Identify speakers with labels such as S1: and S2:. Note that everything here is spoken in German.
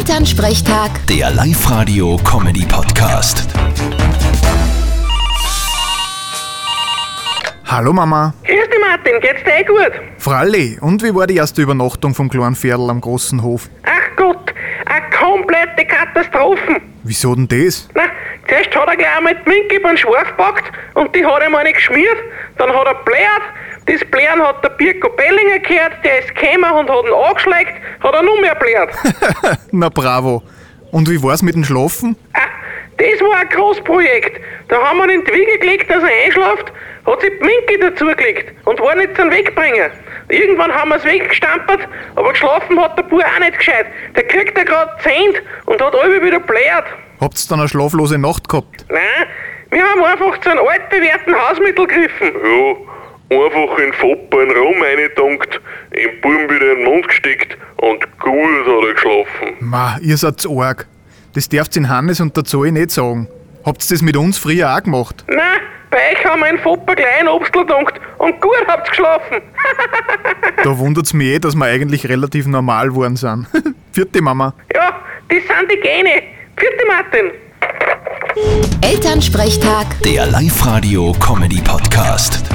S1: Elternsprechtag,
S2: Der Live-Radio-Comedy-Podcast.
S3: Hallo Mama.
S4: Grüß dich, Martin. Geht's dir eh gut?
S3: Fralli, und wie war die erste Übernachtung vom kleinen Pferdl am großen Hof?
S4: Ach Gott, eine komplette Katastrophe.
S3: Wieso denn das?
S4: Na, zuerst hat er gleich einmal die Minke beim Schwarf gepackt und die hat ihm eine geschmiert. Dann hat er blärt. Das Blären hat der Birko Bellinger gehört, der ist gekommen und hat ihn angeschlägt, hat er nur mehr blärt.
S3: Na bravo. Und wie war's mit dem Schlafen?
S4: ah, das war ein Großprojekt. Da haben wir ihn in die Wiege gelegt, dass er einschläft, hat sich die Minke dazugelegt und war nicht zum Wegbringen. Irgendwann haben wir es weggestampert, aber geschlafen hat der Bub auch nicht gescheit. Der kriegt ja gerade Zehnt und hat alle wieder blärt.
S3: Habt's dann eine schlaflose Nacht gehabt?
S4: Nein, wir haben einfach zu einem altbewährten Hausmittel gegriffen.
S5: Ja, einfach in Foppern rum reingedankt, im Buben wieder in den Mund gesteckt und gut hat er geschlafen.
S3: Ma, ihr seid's arg. Das dürft's in Hannes und der Zoe nicht sagen. Habt's das mit uns früher auch gemacht?
S4: Nein, bei euch haben wir einen Fopper kleinen Obstl gedankt und gut habt geschlafen.
S3: Da wundert's mich eh, dass wir eigentlich relativ normal geworden sind. Vierte Mama.
S4: ja, das sind die Gene. Vierte Martin.
S1: Elternsprechtag.
S2: Der Live-Radio-Comedy-Podcast.